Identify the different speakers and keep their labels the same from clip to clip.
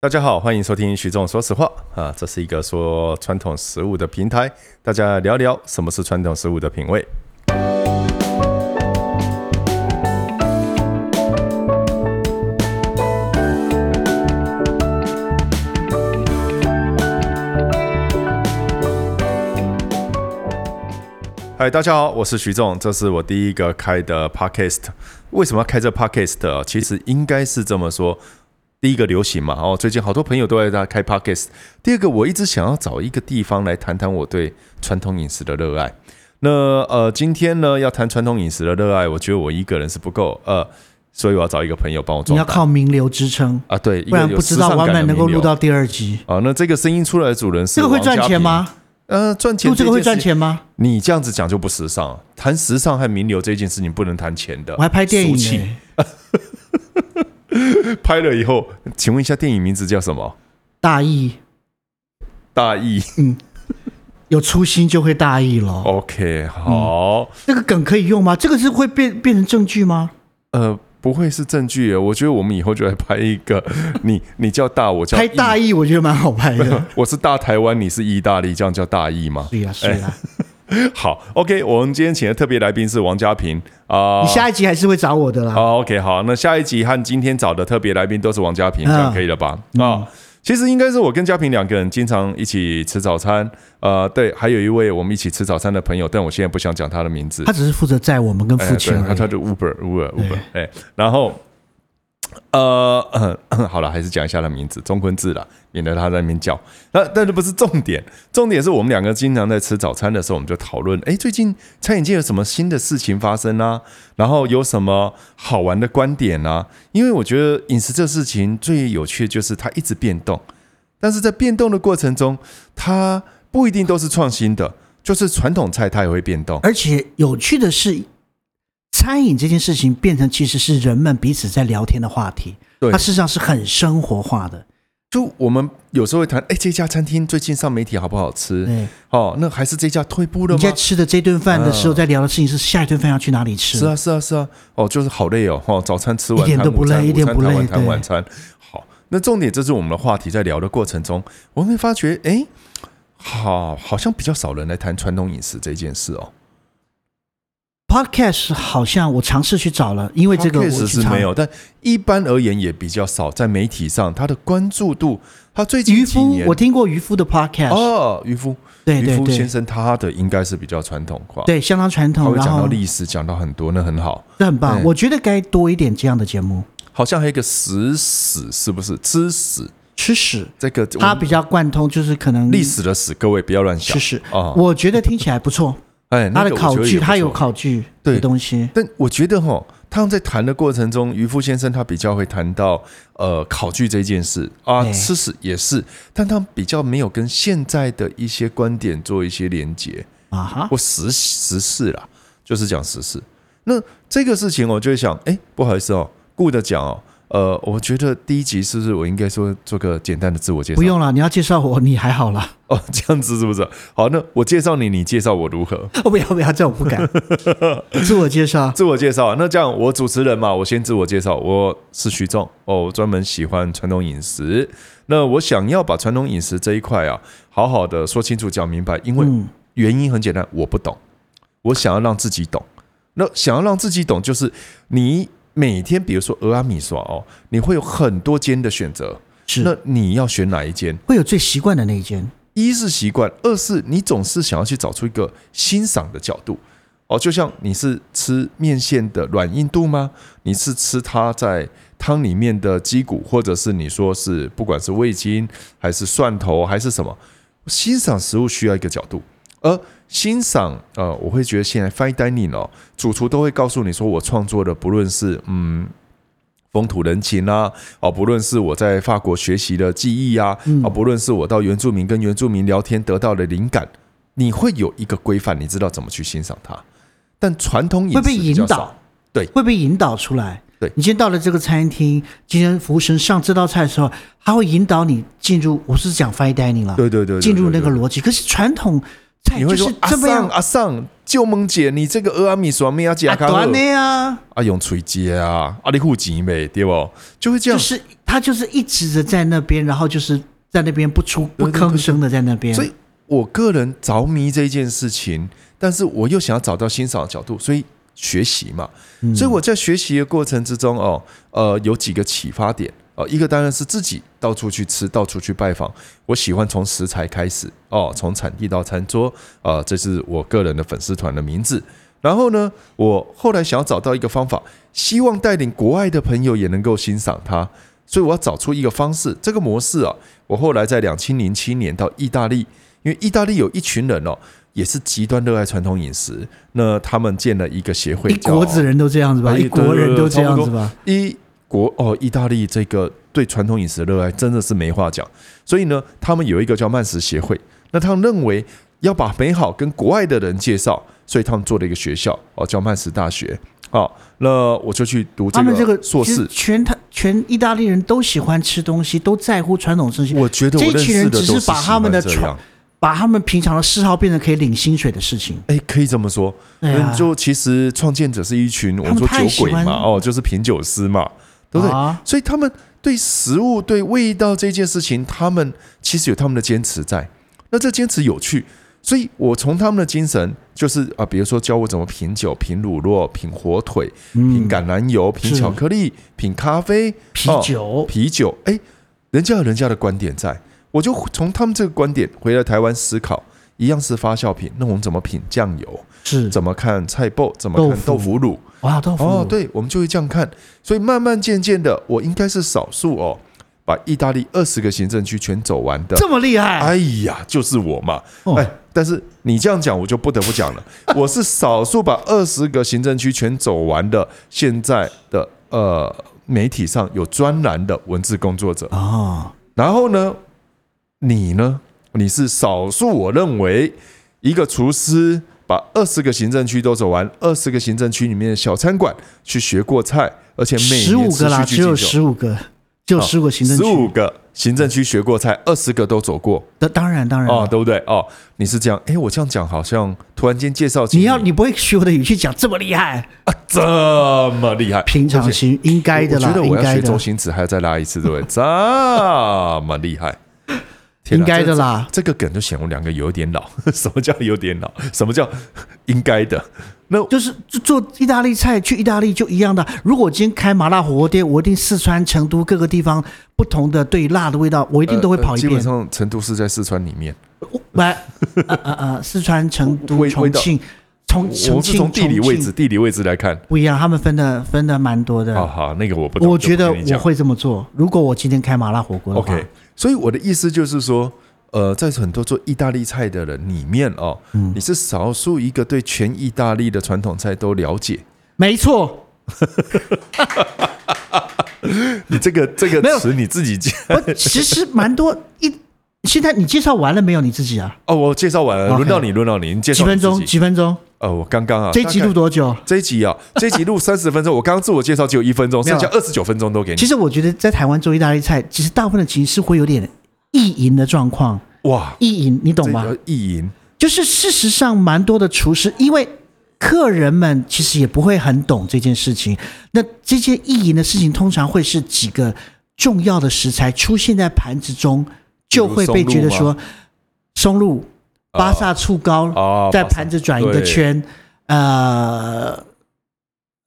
Speaker 1: 大家好，欢迎收听徐总说实话啊，这是一个说传统食物的平台，大家聊聊什么是传统食物的品味。嗨，大家好，我是徐总，这是我第一个开的 podcast。为什么要开这 podcast？哦其实应该是这么说。第一个流行嘛，哦，最近好多朋友都在那开 podcast。第二个，我一直想要找一个地方来谈谈我对传统饮食的热爱。那呃，今天呢要谈传统饮食的热爱，我觉得我一个人是不够，呃，所以我要找一个朋友帮我
Speaker 2: 你
Speaker 1: 壮
Speaker 2: 要
Speaker 1: 大
Speaker 2: 靠名流支撑，
Speaker 1: 啊，对，一
Speaker 2: 不
Speaker 1: 个
Speaker 2: 然
Speaker 1: 有
Speaker 2: 不知
Speaker 1: 时
Speaker 2: 道
Speaker 1: 尚
Speaker 2: 完
Speaker 1: 感
Speaker 2: 美
Speaker 1: 的
Speaker 2: 能够
Speaker 1: 名流
Speaker 2: 录到第二集。
Speaker 1: 啊，那这个声音出来的主人是
Speaker 2: 这个会
Speaker 1: 王
Speaker 2: 赚
Speaker 1: 家
Speaker 2: 钱
Speaker 1: 平？
Speaker 2: 吗？
Speaker 1: 呃，赚钱
Speaker 2: 录这个
Speaker 1: 件
Speaker 2: 会赚
Speaker 1: 事
Speaker 2: 钱吗？
Speaker 1: 你这样子讲就不时尚，谈时尚和名流这件事情不能谈钱的。
Speaker 2: 我还拍电影
Speaker 1: 俗气
Speaker 2: 呢，
Speaker 1: 拍了以后，请问一下电影名字叫什么？
Speaker 2: 大意
Speaker 1: 大意。
Speaker 2: 嗯有初心就会大意
Speaker 1: 哦
Speaker 2: 了。
Speaker 1: OK，好，
Speaker 2: 这个梗可以用吗？这个是会变变成证据吗？
Speaker 1: 呃，不会是证据耶，我觉得我们以后就来拍一 个，你你叫大，我叫
Speaker 2: 拍
Speaker 1: 意
Speaker 2: 大，意我觉得蛮好拍的。
Speaker 1: 我是大台湾，你是意大利，这样叫大意吗？
Speaker 2: 是呀是呀，
Speaker 1: 好，OK，我们今天请的特别来宾是王家平啊。
Speaker 2: 你下一集还是会找我的啦。
Speaker 1: 好、o k 好，那下一集和今天找的特别来宾都是王家平，这样可以了吧？啊、其实应该是我跟家平两个人经常一起吃早餐，呃，对，还有一位我们一起吃早餐的朋友，但我现在不想讲他的名字
Speaker 2: 他，只是负责载我们跟
Speaker 1: 哎
Speaker 2: 付钱
Speaker 1: 对他
Speaker 2: 而
Speaker 1: 他
Speaker 2: 已。
Speaker 1: 就 Uber Uber Uber，哎，然后。呃， 咳好了，还是讲一下他名字，中坤志啦，免得他在那边叫。那但这不是重点，重点是我们两个经常在吃早餐的时候，我们就讨论，哎，最近餐饮界有什么新的事情发生啊？然后有什么好玩的观点啊？因为我觉得饮食这事情最有趣的就是它一直变动，但是在变动的过程中，它不一定都是创新的，就是传统菜它也会变动。
Speaker 2: 而且有趣的是，餐饮这件事情变成其实是人们彼此在聊天的话题，
Speaker 1: 对
Speaker 2: 它事实上是很生活化的。
Speaker 1: 就我们有时候会谈，哎、这家餐厅最近上媒体好不好吃？
Speaker 2: 对，
Speaker 1: 哦，那还是这家退步了
Speaker 2: 嗯你
Speaker 1: 吗
Speaker 2: 在？吃的这顿饭的时候，在聊的事情是下一顿饭要去哪里吃。
Speaker 1: 嗯是啊，是啊，是啊。哦，就是好累哦，哦，早餐吃完
Speaker 2: 一点都不累一点不累
Speaker 1: 谈晚餐，
Speaker 2: 对
Speaker 1: 晚餐。好，那重点就是我们的话题在聊的过程中，我们会发觉，哎、好，好像比较少人来谈传统饮食这件事哦。
Speaker 2: Podcast 好像我尝试去找了，因为这个我
Speaker 1: 确实
Speaker 2: 去
Speaker 1: 是
Speaker 2: 查
Speaker 1: 没。有，但一般而言也比较少，在媒体上它的关注度，它最近
Speaker 2: 渔
Speaker 1: 几
Speaker 2: 夫
Speaker 1: 年，
Speaker 2: 我听过渔夫的 Podcast，、
Speaker 1: 哦，渔夫，
Speaker 2: 对
Speaker 1: 渔
Speaker 2: 对
Speaker 1: 夫先
Speaker 2: 对，
Speaker 1: 生他的应该是比较传统化，
Speaker 2: 对相当传
Speaker 1: 他
Speaker 2: 统，
Speaker 1: 会
Speaker 2: 嗯然
Speaker 1: 讲到
Speaker 2: 后
Speaker 1: 历史，讲到很多，那很好。
Speaker 2: 这很
Speaker 1: 嗯
Speaker 2: 棒。我觉得该多一点这样的节目，
Speaker 1: 好像还有一个食史，是不是吃史？
Speaker 2: 吃屎，
Speaker 1: 这个我
Speaker 2: 它
Speaker 1: 们
Speaker 2: 比较贯通，就是可能
Speaker 1: 历史的史，各位不要乱想
Speaker 2: 吃。屎。
Speaker 1: 哦
Speaker 2: 我觉得听起来不错，
Speaker 1: 哎，
Speaker 2: 它
Speaker 1: 那
Speaker 2: 的
Speaker 1: 个我
Speaker 2: 考
Speaker 1: 觉得
Speaker 2: 据，
Speaker 1: 也不
Speaker 2: 它有
Speaker 1: 错。
Speaker 2: 考据
Speaker 1: 对
Speaker 2: 的东西。
Speaker 1: 但我觉得哈，他们在谈的过程中，渔夫先生他比较会谈到呃考据这件事啊，
Speaker 2: 哎
Speaker 1: 吃史也是，但他们比较没有跟现在的一些观点做一些连接。
Speaker 2: 啊哈，
Speaker 1: 或时时事啦，就是讲时事。那这个事情，我就会想，哎、不好意思哦，顾着讲哦，呃，我觉得第一集是不是我应该说做个简单的自我介绍？
Speaker 2: 不用了，你要介绍我，你还好啦。
Speaker 1: 哦，这样子是不是？好，那我介绍你，你介绍我如何？
Speaker 2: 哦， 不要不要，这我不 敢。自我介绍，
Speaker 1: 自我介绍啊，那这样我主持人嘛，我先自我介绍，我是徐仲哦，我专门喜欢传统饮食。那我想要把传统饮食这一块啊，好好的说清楚、讲明白，因为
Speaker 2: 嗯，
Speaker 1: 原因很简单，我不懂，我想要让自己懂。那想要让自己懂，就是你每天，比如说俄阿米刷哦，你会有很多间的选择，
Speaker 2: 是
Speaker 1: 那你要选哪一间？
Speaker 2: 会有最习惯的那一间。
Speaker 1: 一是习惯，二是你总是想要去找出一个欣赏的角度。哦，就像你是吃面线的软硬度吗？你是吃它在汤里面的鸡骨，或者是你说是不管是味精还是蒜头还是什么，欣赏食物需要一个角度。而欣赏，呃，我会觉得现在 fine dining 哦，主厨都会告诉你说，我创作的不论是嗯风土人情啊，哦，不论是我在法国学习的技艺啊，
Speaker 2: 嗯
Speaker 1: 啊，不论是我到原住民跟原住民聊天得到的灵感，你会有一个规范，你知道怎么去欣赏它。但传统饮食
Speaker 2: 会被
Speaker 1: 比较
Speaker 2: 引
Speaker 1: 少
Speaker 2: 导，
Speaker 1: 对
Speaker 2: 会被引导出来。
Speaker 1: 对
Speaker 2: 你今天到了这个餐厅，今天服务生上这道菜的时候，他会引导你进入，我是讲 fine dining 了，
Speaker 1: 对对对对对
Speaker 2: 进入那个
Speaker 1: 对
Speaker 2: 逻辑。可是传统菜
Speaker 1: 你
Speaker 2: 哎就
Speaker 1: 会说
Speaker 2: 是
Speaker 1: 阿
Speaker 2: 这么
Speaker 1: 尚
Speaker 2: 样
Speaker 1: 阿尚，舅梦姐，你这个俄阿米索米亚加
Speaker 2: 啊，
Speaker 1: 卡
Speaker 2: 短
Speaker 1: 赫
Speaker 2: 的啊，
Speaker 1: 啊，用吹接啊，阿里户籍呗，对不？就会这
Speaker 2: 就
Speaker 1: 样。
Speaker 2: 是他就是一直的在那边，然后就是在那边不出不
Speaker 1: 对对对
Speaker 2: 吭声的在那边，
Speaker 1: 所以我个人着迷这件事情，但是我又想要找到欣赏的角度，所以学习嘛。
Speaker 2: 嗯
Speaker 1: 所以我在学习的过程之中哦，呃，有几个启发点哦、一个当然是自己到处去吃，到处去拜访。我喜欢从食材开始哦，从产地到餐桌，呃，这是我个人的粉丝团的名字。然后呢，我后来想要找到一个方法，希望带领国外的朋友也能够欣赏它，所以我要找出一个方式，这个模式啊。我后来在两千零七年到意大利，因为意大利有一群人哦，也是极端热爱传统饮食，那他们建了一个协会，
Speaker 2: 一国子人都这样子吧，
Speaker 1: 哎
Speaker 2: 一国人都这样子吧，
Speaker 1: 一国哦，意大利这个对传统饮食的热爱真的是没话讲，所以呢，他们有一个叫慢食协会，那他们认为要把美好跟国外的人介绍，所以他们做了一个学校哦，叫慢食大学。好、那我就去读
Speaker 2: 他们这
Speaker 1: 个
Speaker 2: 个
Speaker 1: 硕
Speaker 2: 其实
Speaker 1: 士。
Speaker 2: 全他全意大利人都喜欢吃东西，都在乎传统东西，
Speaker 1: 我觉得我
Speaker 2: 这
Speaker 1: 认
Speaker 2: 一群
Speaker 1: 识
Speaker 2: 人
Speaker 1: 的都
Speaker 2: 只是把他们的
Speaker 1: 喜欢这样，
Speaker 2: 把他们平常的嗜好变成可以领薪水的事情。
Speaker 1: 哎，可以这么说，
Speaker 2: 对啊
Speaker 1: 嗯，就其实创建者是一群我
Speaker 2: 他们
Speaker 1: 说
Speaker 2: 太
Speaker 1: 酒
Speaker 2: 喜
Speaker 1: 鬼
Speaker 2: 欢
Speaker 1: 嘛，哦，就是品酒师嘛，对不对？
Speaker 2: 啊
Speaker 1: 所以他们对食物、对味道这件事情，他们其实有他们的坚持在。那这坚持有趣，所以我从他们的精神，就是啊，比如说教我怎么品酒、品乳酪、品火腿、品橄榄油、品
Speaker 2: 是
Speaker 1: 巧克力、品咖啡、
Speaker 2: 嗯啤
Speaker 1: 哦
Speaker 2: 酒，
Speaker 1: 啤酒，哎，人家有人家的观点在，我就从他们这个观点回来台湾思考，一样是发酵品，那我们怎么品酱油？
Speaker 2: 是
Speaker 1: 怎么看菜脯？怎么看
Speaker 2: 豆
Speaker 1: 豆
Speaker 2: 腐
Speaker 1: 腐乳？
Speaker 2: 哇，豆腐
Speaker 1: 哦，，对，我们就会这样看。所以慢慢渐渐的，我应该是少数哦，把意大利二十个行政区全走完的。
Speaker 2: 这么厉害，
Speaker 1: 哎呀，就是我嘛！
Speaker 2: 哦
Speaker 1: 哎，但是你这样讲，我就不得不讲了，我是少数把二十个行政区全走完的。现在的呃，媒体上有专栏的文字工作者。
Speaker 2: 哦，
Speaker 1: 然后呢，你呢？你是少数，我认为一个厨师把二十个行政区都走完，二十个行政区里面的小餐馆去学过菜，而且每
Speaker 2: 十
Speaker 1: 年
Speaker 2: 五个啦，
Speaker 1: 持
Speaker 2: 只
Speaker 1: 续
Speaker 2: 有
Speaker 1: 去进
Speaker 2: 十五个，只有
Speaker 1: 哦
Speaker 2: 十五个行政
Speaker 1: 修，十五
Speaker 2: 区。
Speaker 1: 个行政区学过菜，二十个都走过
Speaker 2: 那当然当然，
Speaker 1: 哦，对不对？哦，你是这样，哎，我这样讲好像突然间介绍起啊
Speaker 2: 你要你不会学我的语气讲这么 厉害，
Speaker 1: 这么厉害，
Speaker 2: 平常心应该的
Speaker 1: 我觉
Speaker 2: 啦，
Speaker 1: 得
Speaker 2: 应
Speaker 1: 我要
Speaker 2: 该
Speaker 1: 学
Speaker 2: 的
Speaker 1: 周，星驰，还要再拉一次，对不对？这么厉 害，天
Speaker 2: 应
Speaker 1: 哪
Speaker 2: 该的。啦。
Speaker 1: 这这这个梗就显我两个有点老。什么叫有点老？什么叫应该的？那
Speaker 2: 就是就做意大利菜，去意大利就一样的。如果我今天开麻辣火锅店，我一定四川、成都各个地方不同的对辣的味道，我一
Speaker 1: 一
Speaker 2: 定都会跑一
Speaker 1: 呃基本
Speaker 2: 遍。
Speaker 1: 上成都是在四川里面，
Speaker 2: 来，呃呃呃，四川、成都、
Speaker 1: 味
Speaker 2: 重
Speaker 1: 味道
Speaker 2: 庆、重
Speaker 1: 我
Speaker 2: 重
Speaker 1: 们是
Speaker 2: 庆、
Speaker 1: 从地理位
Speaker 2: 重
Speaker 1: 置
Speaker 2: 庆
Speaker 1: 地理位置来看。
Speaker 2: 不一样，他们分的分的蛮多的。
Speaker 1: 好好，那个我不懂，
Speaker 2: 嗯我觉得
Speaker 1: 就不跟你
Speaker 2: 我
Speaker 1: 讲
Speaker 2: 会这么做。如果我今天开麻辣火锅的话
Speaker 1: OK，所以我的意思就是说，呃，在很多做意大利菜的人里面哦，
Speaker 2: 嗯
Speaker 1: 你是少数一个对全意大利的传统菜都了解。
Speaker 2: 没错，
Speaker 1: 你这个这
Speaker 2: 没有
Speaker 1: 个词你自己讲。
Speaker 2: 我其实蛮多一。现在你介绍完了没有？你自己啊，
Speaker 1: 哦，我介绍完了，
Speaker 2: OK
Speaker 1: 轮到你，轮到你，你 介
Speaker 2: 几
Speaker 1: 绍你
Speaker 2: 分
Speaker 1: 自
Speaker 2: 钟？
Speaker 1: 己。
Speaker 2: 几分钟？
Speaker 1: 呃，我刚刚啊，
Speaker 2: 这一集
Speaker 1: 大概
Speaker 2: 录多久？
Speaker 1: 这一集 啊，这一集录三十分钟，我刚刚自我介绍只有一分钟，
Speaker 2: 没有
Speaker 1: 剩下二十九分钟都给
Speaker 2: 其
Speaker 1: 你。
Speaker 2: 实我觉得在台湾做意大利菜，其实大部分的情形是会有点意淫的状况，
Speaker 1: 哇，
Speaker 2: 意淫你懂
Speaker 1: 这
Speaker 2: 吗？
Speaker 1: 个意淫
Speaker 2: 就是事实上，蛮多的厨师，因为客人们其实也不会很懂这件事情。那这些意淫的事情，通常会是几个重要的食材出现在盘子中，就会被觉得说松露、巴萨醋呃膏、
Speaker 1: 啊，
Speaker 2: 在
Speaker 1: 巴萨
Speaker 2: 盘子转一个
Speaker 1: 对
Speaker 2: 圈，呃，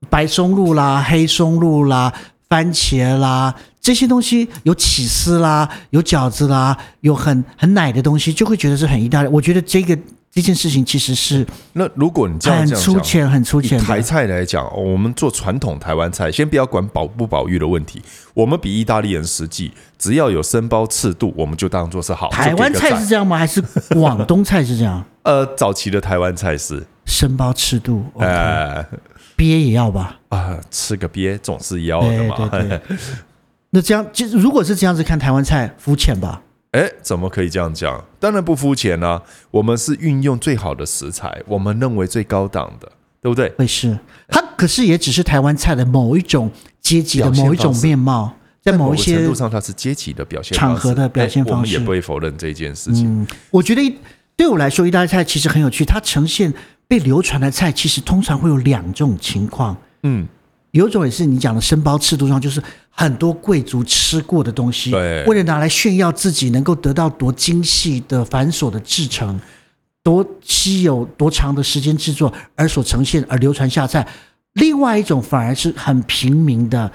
Speaker 2: 白松露啦、黑松露啦、番茄啦这些东西，有起司啦，有饺子啦，有很很奶的东西，就会觉得是很意大利。我觉得这个这件事情其实是
Speaker 1: 那如果你这样
Speaker 2: 很
Speaker 1: 这样
Speaker 2: 粗
Speaker 1: 讲，
Speaker 2: 浅、很粗
Speaker 1: 以
Speaker 2: 浅
Speaker 1: 台
Speaker 2: 的。
Speaker 1: 菜来讲、哦我们做传统台湾菜，先不要管保不保育的问题，我们比意大利人实际，只要有生包赤肚，我们就当做是好。
Speaker 2: 台湾
Speaker 1: 就给个
Speaker 2: 菜
Speaker 1: 赞
Speaker 2: 是这样吗？还是广东菜是这样？
Speaker 1: 呃，早期的台湾菜是，
Speaker 2: 生包 吃肚，哦
Speaker 1: 呃
Speaker 2: 鳖也要吧？
Speaker 1: 啊，吃个鳖总是要的
Speaker 2: 对
Speaker 1: 嘛。
Speaker 2: 对对。那这样，就如果是这样子看台湾菜，肤浅吧？
Speaker 1: 哎，怎么可以这样讲？当然不肤浅啦、我们是运用最好的食材，我们认为最高档的，对不对？
Speaker 2: 会是，它可是也只是台湾菜的某一种阶级的
Speaker 1: 表现
Speaker 2: 某一种
Speaker 1: 方式
Speaker 2: 面貌，在
Speaker 1: 某
Speaker 2: 某
Speaker 1: 个
Speaker 2: 一些
Speaker 1: 程度上，它是阶级的表现
Speaker 2: 场
Speaker 1: 方式
Speaker 2: 合的表现
Speaker 1: 哎我
Speaker 2: 方
Speaker 1: 们
Speaker 2: 式嗯
Speaker 1: 也不会否认这件事情。
Speaker 2: 我觉得对我来说，意大利菜其实很有趣，它呈现被流传的菜，其实通常会有两种情况。
Speaker 1: 嗯，
Speaker 2: 有一种也是你讲的生包赤肚上，就是很多贵族吃过的东西，
Speaker 1: 对
Speaker 2: 为了拿来炫耀自己能够得到多精细的繁琐的制成，多稀有多长的时间制作而所呈现而流传下菜。另外一种反而是很平民的、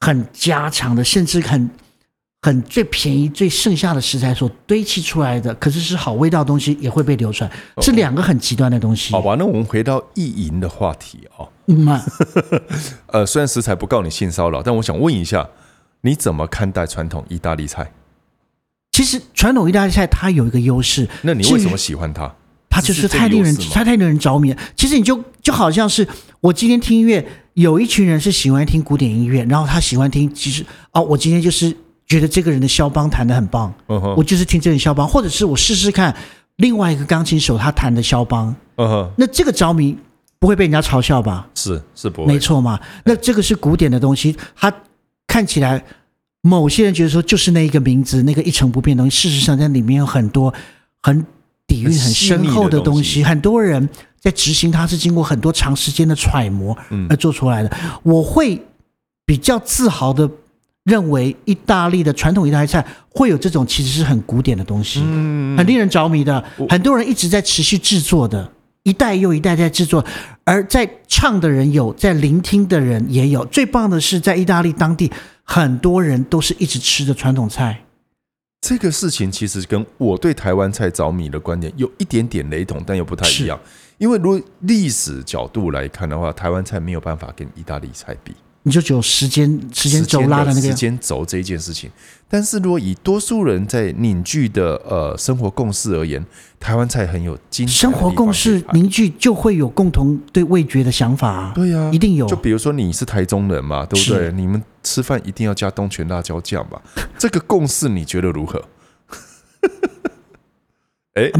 Speaker 2: 很家常的，甚至很很最便宜、最剩下的食材所堆砌出来的，可是是好味道的东西也会被流传，是两个很极端的东西。
Speaker 1: 哦好吧，那我们回到意淫的话题哦。
Speaker 2: 嗯啊，
Speaker 1: 呃，虽然食材不告你性骚扰，但我想问一下，你怎么看待传统意大利菜？
Speaker 2: 其实传统意大利菜它有一个优势，
Speaker 1: 那你为什么喜欢它？
Speaker 2: 它就是太令人
Speaker 1: 是这个优势吗
Speaker 2: 它太令人着迷了。其实你就就好像是我今天听音乐，有一群人是喜欢听古典音乐，然后他喜欢听，其实哦，我今天就是觉得这个人的肖邦弹得很棒，
Speaker 1: 嗯
Speaker 2: 我
Speaker 1: 哼，
Speaker 2: 就是听这个人肖邦，或者是我试试看另外一个钢琴手他弹的肖邦，
Speaker 1: 嗯哼，
Speaker 2: 那这个着迷不会被人家嘲笑吧？
Speaker 1: 是是不
Speaker 2: 没
Speaker 1: 会，
Speaker 2: 错嘛。那这个是古典的东西，它看起来某些人觉得说就是那一个名字，那个一成不变的东西，事实上在里面有很多很底蕴
Speaker 1: 很
Speaker 2: 很
Speaker 1: 细腻
Speaker 2: 深厚
Speaker 1: 的
Speaker 2: 的
Speaker 1: 东
Speaker 2: 东
Speaker 1: 西
Speaker 2: 西，很多人在执行它是经过很多长时间的揣摩
Speaker 1: 嗯
Speaker 2: 而做出来的。我会比较自豪的。认为意大利的传统意大利菜会有这种其实是很古典的东西，
Speaker 1: 嗯，
Speaker 2: 很令人着迷的，很多人一直在持续制作的，一代又一代在制作，而在唱的人有，在聆听的人也有。最棒的是，在意大利当地，很多人都是一直吃的传统菜。
Speaker 1: 这个事情其实跟我对台湾菜着迷的观点有一点点雷同，但又不太一样。因为如果历史角度来看的话，台湾菜没有办法跟意大利菜比，
Speaker 2: 你就只有时间时间轴拉的那
Speaker 1: 时
Speaker 2: 个，
Speaker 1: 间轴这一件事情。但是如果以多数人在凝聚的呃生活共识而言，台湾菜很有精彩的
Speaker 2: 生活
Speaker 1: 地方
Speaker 2: 共
Speaker 1: 可以
Speaker 2: 识
Speaker 1: 看
Speaker 2: 凝聚，就会有共同对味觉的想法、啊。
Speaker 1: 对呀、
Speaker 2: 一定有
Speaker 1: 就比如说你是台中人嘛，对不对？
Speaker 2: 是
Speaker 1: 你们吃饭一定要加东泉辣椒酱吧？这个共识你觉得如何？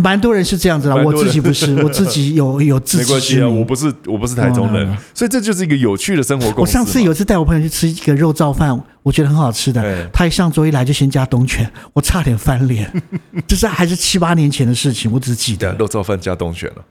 Speaker 2: 蛮多人是这样子的，
Speaker 1: 蛮多
Speaker 2: 我
Speaker 1: 人
Speaker 2: 自己 不是，我自己有有自
Speaker 1: 没
Speaker 2: 知
Speaker 1: 关系
Speaker 2: 之
Speaker 1: 啊，我
Speaker 2: 明。
Speaker 1: 不是我不是台中人
Speaker 2: 哦，
Speaker 1: 所以这就是一个有趣的生活共识嘛。
Speaker 2: 我上次有一次带我朋友去吃一个肉燥饭，我觉得很好吃
Speaker 1: 对
Speaker 2: 的。他一上桌一来就先加东泉，我差点翻 脸。这是还是七八年前的事情，我只记
Speaker 1: 对啊
Speaker 2: 得。
Speaker 1: 肉燥饭加东泉了，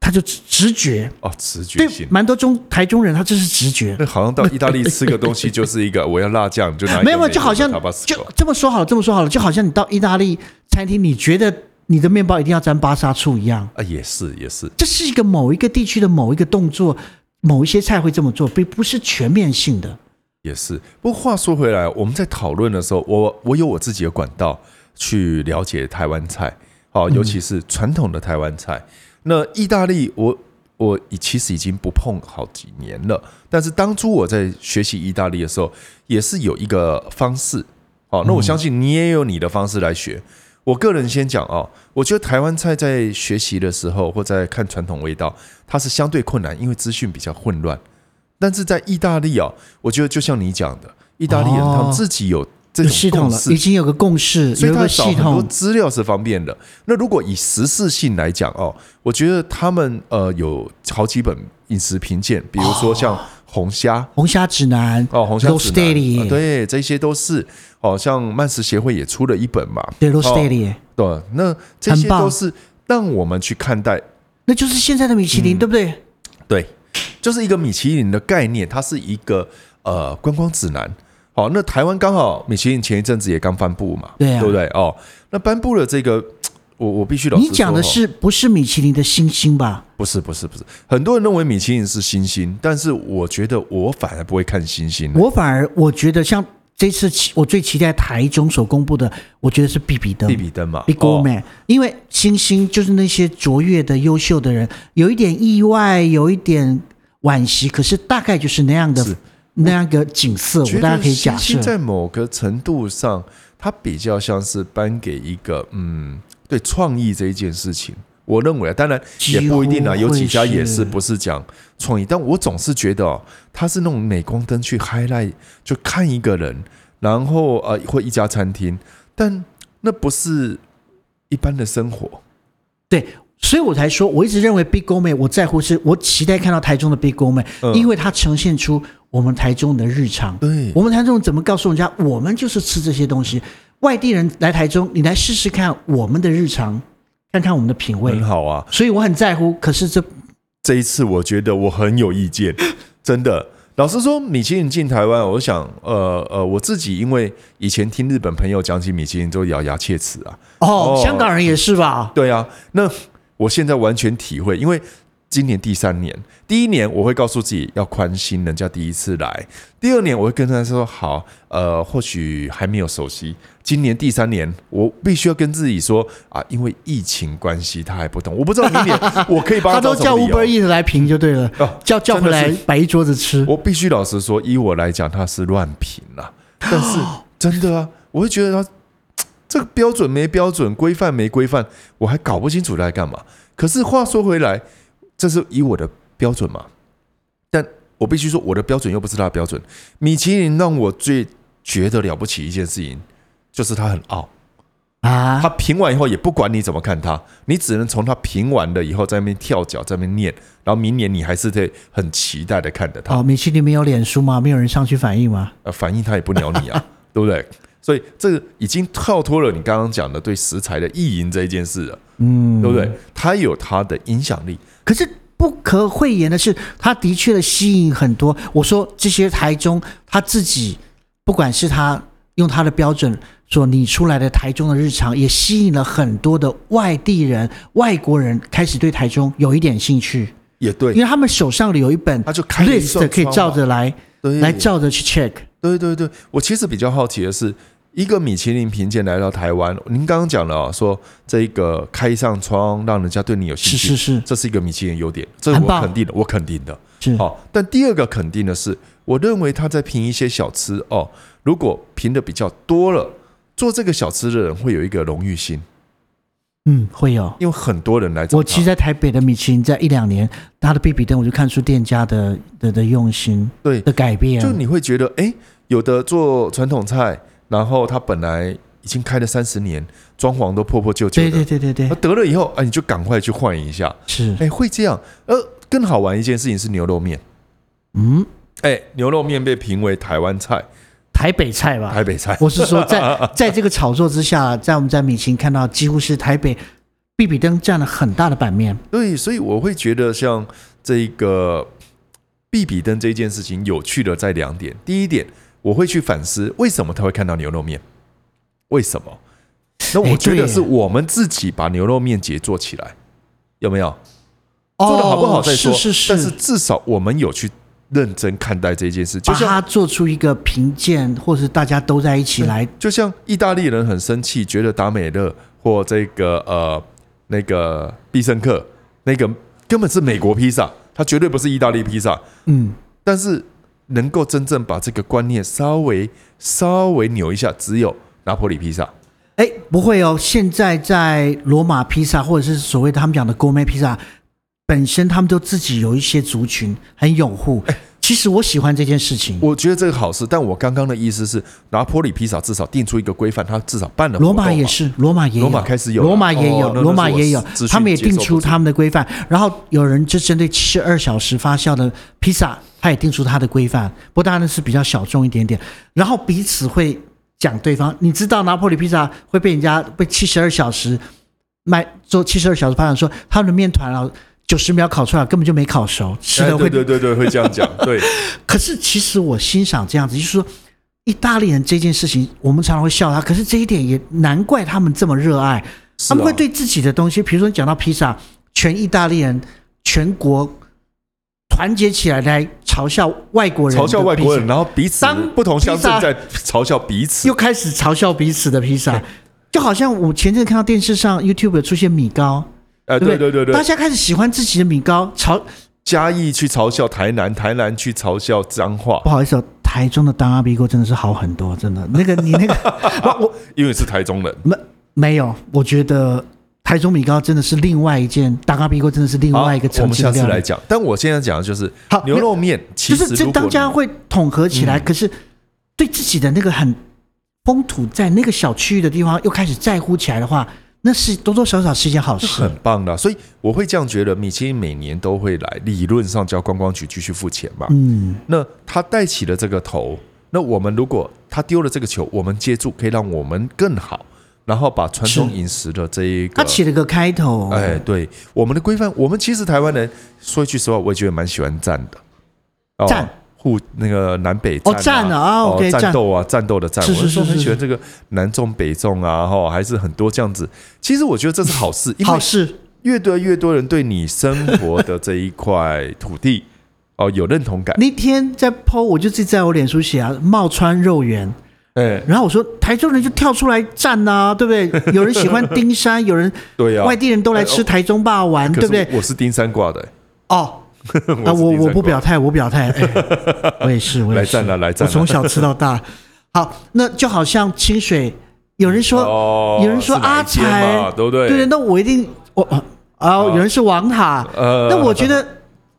Speaker 2: 他就直直觉，
Speaker 1: 哦，直觉
Speaker 2: 对
Speaker 1: 性，。
Speaker 2: 蛮多中台中人他这是直觉
Speaker 1: 那，好像到意大利吃个东西就是一个我要辣酱，就拿一个
Speaker 2: 没有
Speaker 1: 美
Speaker 2: 就好
Speaker 1: 国
Speaker 2: 像
Speaker 1: Tabasco
Speaker 2: 就这么说好了，这么说好了，就好像你到意大利餐厅，你觉得你的面包一定要沾巴沙醋一样，
Speaker 1: 啊，也是也是，
Speaker 2: 这是一个某一个地区的某一个动作，某一些菜会这么做，并不是全面性的。
Speaker 1: 也是。不过话说回来，我们在讨论的时候，我我有我自己的管道去了解台湾菜，好、
Speaker 2: 嗯
Speaker 1: 尤其是传统的台湾菜。那意大利，我我已其实已经不碰好几年了，但是当初我在学习意大利的时候，也是有一个方式。
Speaker 2: 嗯
Speaker 1: 好、那我相信你也有你的方式来学。我个人先讲哦，我觉得台湾菜在学习的时候或在看传统味道，它是相对困难，因为资讯比较混乱。但是在意大利哦，我觉得就像你讲的，意大利人
Speaker 2: 哦
Speaker 1: 他们自己有这
Speaker 2: 有
Speaker 1: 种
Speaker 2: 系
Speaker 1: 共
Speaker 2: 统了，
Speaker 1: 识
Speaker 2: 已，经有个共识，
Speaker 1: 所
Speaker 2: 有
Speaker 1: 以
Speaker 2: 一
Speaker 1: 他
Speaker 2: 个
Speaker 1: 找
Speaker 2: 系
Speaker 1: 很多
Speaker 2: 统。
Speaker 1: 资料是方便的。那如果以时事性来讲哦，我觉得他们呃有好几本饮食评鉴，比如说像红虾。
Speaker 2: 红虾指南
Speaker 1: 哦，红虾指
Speaker 2: Roast
Speaker 1: 南
Speaker 2: Daily
Speaker 1: 啊对，这些都是哦，像慢食协会也出了一本嘛，
Speaker 2: 对 r o s
Speaker 1: 哦
Speaker 2: t a d y
Speaker 1: 对，那这些
Speaker 2: 很棒
Speaker 1: 都是让我们去看待，
Speaker 2: 那就是现在的米其
Speaker 1: 嗯
Speaker 2: 林，对不对？
Speaker 1: 对，就是一个米其林的概念，它是一个呃观光指南。好，那台湾刚好米其林前一阵子也刚颁布嘛，
Speaker 2: 对啊
Speaker 1: 不对？哦，那颁布了这个，我我必须老实
Speaker 2: 你
Speaker 1: 说
Speaker 2: 讲的
Speaker 1: 哦
Speaker 2: 是不是米其林的星星吧？
Speaker 1: 不是不是不是？很多人认为米其林是星星，但是我觉得我反而不会看星星。
Speaker 2: 我反而我觉得像这次期我最期待台中所公布的，我觉得是比比登。
Speaker 1: 比比哦登嘛
Speaker 2: Big o Man，、因为星星就是那些卓越的、优秀的人，有一点意外，有一点惋惜，可是大概就是那样的
Speaker 1: 是
Speaker 2: 那样个景色，
Speaker 1: 觉
Speaker 2: 我大
Speaker 1: 得
Speaker 2: 家可以假
Speaker 1: 星星。
Speaker 2: 设
Speaker 1: 在某个程度上，它比较像是颁给一个嗯，对创意这一件事情。我认为啊，当然也不一定啊，
Speaker 2: 几
Speaker 1: 有
Speaker 2: 乎会
Speaker 1: 几家也是
Speaker 2: 是
Speaker 1: 不是讲创意，但我总是觉得哦，它是那种镁光灯去 highlight，就看一个人，然后呃，或一家餐厅，但那不是一般的生活。
Speaker 2: 对，所以我才说，我一直认为 Big Go 妹，我在乎是我期待看到台中的 Big Go 妹，
Speaker 1: 嗯
Speaker 2: 因为它呈现出我们台中的日常。
Speaker 1: 对
Speaker 2: 我们台中人怎么告诉人家，我们就是吃这些东西？外地人来台中，你来试试看我们的日常，看看我们的品味
Speaker 1: 很。好啊。
Speaker 2: 所以我很在乎，可是这
Speaker 1: 这一次我觉得我很有意见， 真的。老实说，米其林进台湾，我想，呃呃，我自己因为以前听日本朋友讲起米其林，都咬牙切齿啊。
Speaker 2: 哦
Speaker 1: 哦，
Speaker 2: 香港人也是吧？
Speaker 1: 对啊，那我现在完全体会，因为今年第三年，第一年我会告诉自己要宽心，人家第一次来；第二年我会跟他说好，呃，或许还没有熟悉。今年第三年，我必须要跟自己说啊，因为疫情关系，他还不懂，我不知道明年我可以帮
Speaker 2: 他
Speaker 1: 找
Speaker 2: 都
Speaker 1: 什
Speaker 2: 叫
Speaker 1: 么理
Speaker 2: Uber
Speaker 1: 由。
Speaker 2: Eat 来评就对了，
Speaker 1: 哦
Speaker 2: 叫叫回
Speaker 1: 真的是
Speaker 2: 来摆一桌子吃。
Speaker 1: 我必须老实说，以我来讲，他是乱评啦、但是真的啊，我会觉得他这个标准没标准，规范没规范，我还搞不清楚他在干嘛。可是话说回来，这是以我的标准嘛，但我必须说，我的标准又不是他的标准。米其林让我最觉得了不起一件事情，就是他很傲。
Speaker 2: 啊
Speaker 1: 他，评完以后也不管你怎么看他，你只能从他评完了以后在那边跳脚，在那边念，然后明年你还是得很期待的看着他。
Speaker 2: 哦，米其林没有脸书吗？没有人上去反应吗？
Speaker 1: 呃，反应他也不鸟你啊， 对不对？所以这个已经跳脱了你刚刚讲的对食材的意淫这一件事了，
Speaker 2: 嗯，
Speaker 1: 对不对？它有它的影响力，
Speaker 2: 可是不可讳言的是，他的确吸引很多。我说这些台中他自己，不管是他用他的标准所拟出来的台中的日常，也吸引了很多的外地人、外国人开始对台中有一点兴趣，
Speaker 1: 也
Speaker 2: 因
Speaker 1: 对，
Speaker 2: 为他们手上有一本
Speaker 1: 他就开了一扇
Speaker 2: list 可以
Speaker 1: 窗
Speaker 2: 照
Speaker 1: 嘛
Speaker 2: 着来
Speaker 1: 对
Speaker 2: 来照着去 check。
Speaker 1: 对对对，我其实比较好奇的是，一个米其林评鉴来到台湾，您刚刚讲了、哦、说这个开上窗让人家对你有兴
Speaker 2: 是
Speaker 1: 趣，
Speaker 2: 是是
Speaker 1: 这是一个米其林优点，这是
Speaker 2: 很棒
Speaker 1: 我肯定的，我肯定的。
Speaker 2: 是，
Speaker 1: 好、哦但第二个肯定的是，我认为他在评一些小吃哦，如果评的比较多了，做这个小吃的人会有一个荣誉心，
Speaker 2: 嗯，会有。
Speaker 1: 因为很多人来找
Speaker 2: 我
Speaker 1: 他
Speaker 2: 其实，在台北的米其林，在一两年，他的必比登，我就看出店家的的的用心
Speaker 1: 对，
Speaker 2: 的改变。
Speaker 1: 就你会觉得，哎、有的做传统菜，然后他本来已经开了三十年，装潢都破破旧旧
Speaker 2: 对
Speaker 1: 的，
Speaker 2: 对对对对
Speaker 1: 他，得了以后，哎、你就赶快去换一下，
Speaker 2: 是
Speaker 1: 哎、会这样。呃，更好玩一件事情是牛肉面，
Speaker 2: 嗯，
Speaker 1: 哎、牛肉面被评为台湾菜、
Speaker 2: 台北菜吧。
Speaker 1: 台北菜，
Speaker 2: 啊我是说在， 在这个炒作之下，在我们在米其林看到，几乎是台北必比登占了很大的版面。
Speaker 1: 对，所以我会觉得像这个必比登这件事情有趣的在两点。第一点，我会去反思为什么他会看到牛肉面，为什么？那
Speaker 2: 哎
Speaker 1: 我觉
Speaker 2: 对
Speaker 1: 得是
Speaker 2: 耶
Speaker 1: 我们自己把牛肉面节做起来，有没有？
Speaker 2: 哦
Speaker 1: 做的好不好再说，
Speaker 2: 是是
Speaker 1: 但
Speaker 2: 是，
Speaker 1: 是至少我们有去认真看待这件事，就
Speaker 2: 把
Speaker 1: 像
Speaker 2: 它做出一个评鉴，或是大家都在一起来。
Speaker 1: 就像意大利人很生气，觉得达美乐或这个呃那个必胜客那个根本是美国披萨，它绝对不是意大利披萨。
Speaker 2: 嗯，
Speaker 1: 但是能够真正把这个观念稍微稍微扭一下，只有拿破里披萨。
Speaker 2: 哎，不会哦，现在在罗马披萨，或者是所谓他们讲的 gourmet 披萨，本身他们都自己有一些族群很拥护。其实我喜欢这件事情。
Speaker 1: 我觉得这个好事，但我刚刚的意思是，拿破里披萨至少定出一个规范，它至少办了活
Speaker 2: 罗
Speaker 1: 动嘛。
Speaker 2: 马也是，罗马也有，
Speaker 1: 罗马开始有了
Speaker 2: 罗马也
Speaker 1: 哦
Speaker 2: 有，
Speaker 1: 那
Speaker 2: 罗马
Speaker 1: 那是我
Speaker 2: 也有
Speaker 1: 资讯，
Speaker 2: 他们也定
Speaker 1: 接受
Speaker 2: 出
Speaker 1: 不足
Speaker 2: 他们的规范。然后有人就针对七十二小时发酵的披萨，他也定出他的规范，不过当然是比较小众一点点。然后彼此会讲对方，你知道拿破里披萨会被人家被七十二小时卖做七十二小时发酵，说他们的面团啊九十秒烤出来根本就没烤熟，吃
Speaker 1: 哎
Speaker 2: 的会
Speaker 1: 对对对对，会这样讲，对，
Speaker 2: 可是其实我欣赏这样子，就是说意大利人这件事情，我们常常会笑他，可是这一点也难怪他们这么热爱，
Speaker 1: 是啊
Speaker 2: 他们会对自己的东西，比如说你讲到披萨，全意大利人全国团结起来来嘲笑外国人，
Speaker 1: 嘲笑外国人，。然后彼此
Speaker 2: 当
Speaker 1: 不同乡
Speaker 2: 披萨
Speaker 1: 镇在嘲笑彼此
Speaker 2: 又。开始嘲笑彼此的披萨，就好像我前阵看到电视上 YouTube 有出现米糕，
Speaker 1: 哎，对
Speaker 2: 对不对
Speaker 1: 对对对
Speaker 2: 大，家开始喜欢自己的米糕，嘲
Speaker 1: 嘉义去嘲笑台南，台南去嘲笑彰化
Speaker 2: 不，好意思、哦，台中的当阿鼻锅真的是好很多，真的，那个你那个我我
Speaker 1: 啊因为是台中人。
Speaker 2: 没没有，我觉得台中米糕真的是另外一件，达咖比锅真的是另
Speaker 1: 好，
Speaker 2: 外一个
Speaker 1: 我
Speaker 2: 层
Speaker 1: 们
Speaker 2: 次
Speaker 1: 下
Speaker 2: 的
Speaker 1: 次
Speaker 2: 料
Speaker 1: 来
Speaker 2: 理。
Speaker 1: 讲。但我现在讲的就是
Speaker 2: 好
Speaker 1: 牛肉面，其
Speaker 2: 就
Speaker 1: 实
Speaker 2: 是这
Speaker 1: 如果
Speaker 2: 当家
Speaker 1: 你嗯
Speaker 2: 会统合起来，可是对自己的那个很风土在那个小区域的地方又开始在乎起来的话，那是多多少少是一件好事
Speaker 1: 很。棒的，所以我会这样觉得，米其林每年都会来，理论上叫观光局继续付钱嘛。
Speaker 2: 嗯，
Speaker 1: 那他带起了这个头，那我们如果他丢了这个球，我们接住，可以让我们更好。然后把传统
Speaker 2: 是
Speaker 1: 饮食的这一个
Speaker 2: 他起了个开头，
Speaker 1: 哎，对，我们的规范，我们其实台湾人说一句实话，我也觉得蛮喜欢战的。哦
Speaker 2: 战
Speaker 1: 互那个南北
Speaker 2: 哦
Speaker 1: 战
Speaker 2: 战啊啊
Speaker 1: 哦
Speaker 2: ，OK，
Speaker 1: 战
Speaker 2: 战
Speaker 1: 斗啊，战斗的战，
Speaker 2: 是是
Speaker 1: 我说
Speaker 2: 是
Speaker 1: 很
Speaker 2: 是
Speaker 1: 喜欢这个南中北中啊，哈，还是很多这样子。其实我觉得这是好 事，因为
Speaker 2: 好事
Speaker 1: 越多越多人对你生活的这一块土地哦有认同感。
Speaker 2: 那天在 PO，我就自己在我脸书写啊，冒川肉圆。
Speaker 1: 哎，
Speaker 2: 然后我说台中人就跳出来站呐、对不对？有人 喜欢 丁山，有人
Speaker 1: 对啊，
Speaker 2: 外地人都来吃台中霸王，
Speaker 1: 可
Speaker 2: 对
Speaker 1: 是
Speaker 2: 不对？
Speaker 1: 我是丁三挂的，
Speaker 2: 哦，
Speaker 1: 啊
Speaker 2: 啊，我我不表态，我 表态，哎我也是，我也
Speaker 1: 来
Speaker 2: 是，
Speaker 1: 战了来战
Speaker 2: 我
Speaker 1: 了
Speaker 2: 从小吃到大。 好，那就好像清水，有人说，
Speaker 1: 哦
Speaker 2: 有人说
Speaker 1: 是哪
Speaker 2: 阿
Speaker 1: 一间嘛
Speaker 2: 才，
Speaker 1: 对不对
Speaker 2: 对，那我一定我啊、哦，有人是王塔，
Speaker 1: 呃
Speaker 2: 那我觉得。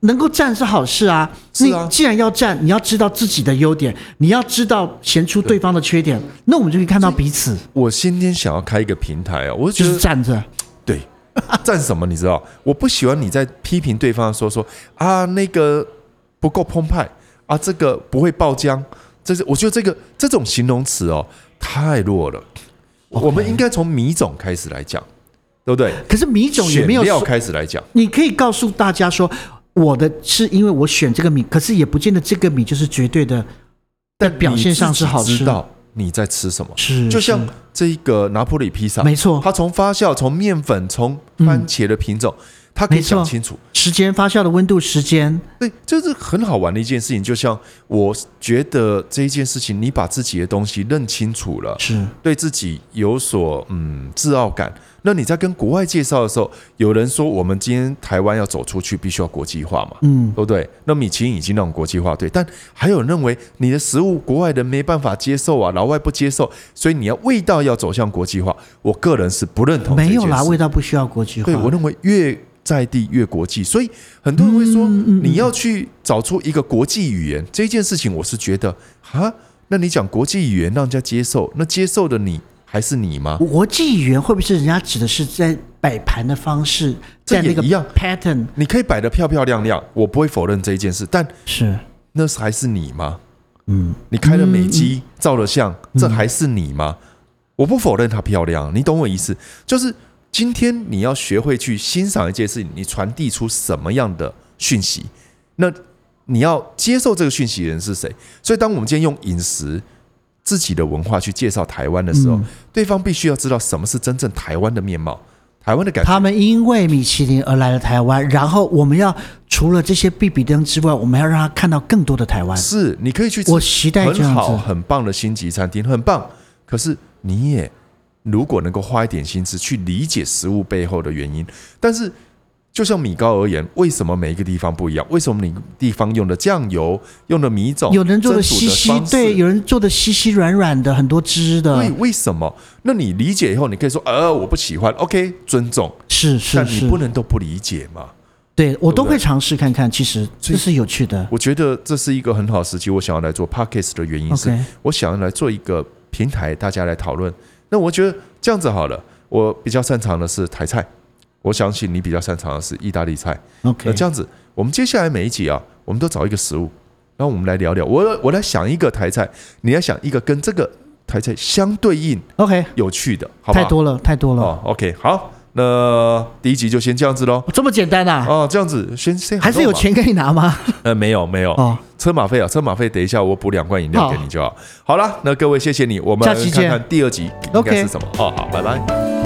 Speaker 2: 能够站是好事啊！
Speaker 1: 是啊
Speaker 2: 你既然要站，你要知道自己的优点，你要知道显出对方的缺点，那我们就可以看到彼此，
Speaker 1: 我今天想要开一个平台啊，我就
Speaker 2: 就
Speaker 1: 觉得
Speaker 2: 是站着。
Speaker 1: 对， 站什么？你知道？我不喜欢你在批评对方的时候说啊，那个不够澎湃啊，这个不会爆浆，这是我觉得这个这种形容词哦太弱了。我们应该从米种开始来讲，对不对？
Speaker 2: 可是米总也
Speaker 1: 选
Speaker 2: 没有
Speaker 1: 料
Speaker 2: 说，
Speaker 1: 开始来讲，
Speaker 2: 你可以告诉大家说，我的是因为我选这个米，可是也不见得这个米就是绝对的，在表现上是好
Speaker 1: 你自己
Speaker 2: 吃
Speaker 1: 知。道你在吃什么，
Speaker 2: 是
Speaker 1: 就像这个拿破里披萨，
Speaker 2: 没错
Speaker 1: 它从发酵、从面粉、从番茄的品种，它可以
Speaker 2: 没错
Speaker 1: 讲清楚。
Speaker 2: 时间发酵的温度时间，
Speaker 1: 对，这是很好玩的一件事情。就像我觉得这一件事情，你把自己的东西认清楚了，
Speaker 2: 是
Speaker 1: 对自己有所嗯自傲感，那你在跟国外介绍的时候，有人说我们今天台湾要走出去，必须要国际化嘛，
Speaker 2: 嗯
Speaker 1: 对不对？那米其林已经让国际化，对，但还有人认为你的食物国外人没办法接受啊，老外不接受，所以你要味道要走向国际化。我个人是不认同哦这
Speaker 2: 没有
Speaker 1: 件
Speaker 2: 啦，
Speaker 1: 事
Speaker 2: 味道不需要国际化
Speaker 1: 对，。我认为越在地越国际，所以很多人会说，
Speaker 2: 嗯嗯嗯
Speaker 1: 你要去找出一个国际语言这件事情，我是觉得啊，那你讲国际语言让人家接受，那接受的你还是你吗？
Speaker 2: 国际语言会不会是人家指的是在摆盘的方式，
Speaker 1: 这
Speaker 2: 在那
Speaker 1: 也
Speaker 2: 个
Speaker 1: 一样
Speaker 2: pattern
Speaker 1: 你可以摆得漂漂亮亮，我不会否认这一件事，但
Speaker 2: 是
Speaker 1: 那还是你吗？
Speaker 2: 嗯，
Speaker 1: 你开了美肌，照了相，这还是你吗？我不否认它漂亮，你懂我意思，就是今天你要学会去欣赏一件事情，你传递出什么样的讯息，那你要接受这个讯息的人是谁？所以，当我们今天用饮食。自己的文化去介绍台湾的时候，
Speaker 2: 嗯
Speaker 1: 对方必须要知道什么是真正台湾的面貌，台湾的感觉。
Speaker 2: 他们因为米其林而来了台湾，然后我们要除了这些必比登之外，我们要让他看到更多的台湾。
Speaker 1: 是，你可以去吃
Speaker 2: 我期待这
Speaker 1: 很
Speaker 2: 样
Speaker 1: 好
Speaker 2: 子，
Speaker 1: 很棒的星级餐厅，很棒。可是你也如果能够花一点心思去理解食物背后的原因，但是就像米糕而言，为什么每一个地方不一样？为什么每个地方用的酱油、用的米种、
Speaker 2: 有人做
Speaker 1: 的
Speaker 2: 的稀稀，
Speaker 1: 方式
Speaker 2: 对，有人做的稀稀软软的，很多汁
Speaker 1: 对
Speaker 2: 的，，
Speaker 1: 为什么？那你理解以后，你可以说，呃，我不喜欢，OK，尊重，
Speaker 2: 是是
Speaker 1: 但你
Speaker 2: 是
Speaker 1: 不，能都不理解嘛。
Speaker 2: 对我
Speaker 1: 对
Speaker 2: 都
Speaker 1: 不对
Speaker 2: 会尝试看看，其实
Speaker 1: 所以
Speaker 2: 这是有趣的。
Speaker 1: 我觉得这是一个很好的时机，我想要来做 podcast 的原因是
Speaker 2: OK
Speaker 1: 我想要来做一个平台，大家来讨论。那我觉得这样子好了，我比较擅长的是台菜，我相信你比较擅长的是意大利菜。那
Speaker 2: OK，
Speaker 1: 这样子，我们接下来每一集啊，我们都找一个食物，然后我们来聊聊。我我来想一个台菜，你来想一个跟这个台菜相对应
Speaker 2: OK，
Speaker 1: 有趣的，好不好？
Speaker 2: 太多了，太多了，
Speaker 1: 哦，OK，好，那第一集就先这样子喽。
Speaker 2: 这么简单啊？
Speaker 1: 哦，这样子先先
Speaker 2: 还是有？钱可以拿吗？
Speaker 1: 呃，没有没有
Speaker 2: 哦，
Speaker 1: 车马费啊，车马费，等一下我补两罐饮料给你就好。好啦，那各位谢谢你，我们
Speaker 2: 下期
Speaker 1: 看
Speaker 2: 见
Speaker 1: 看第二集应该
Speaker 2: OK
Speaker 1: 是什么。哦，好，拜拜。
Speaker 2: 拜拜。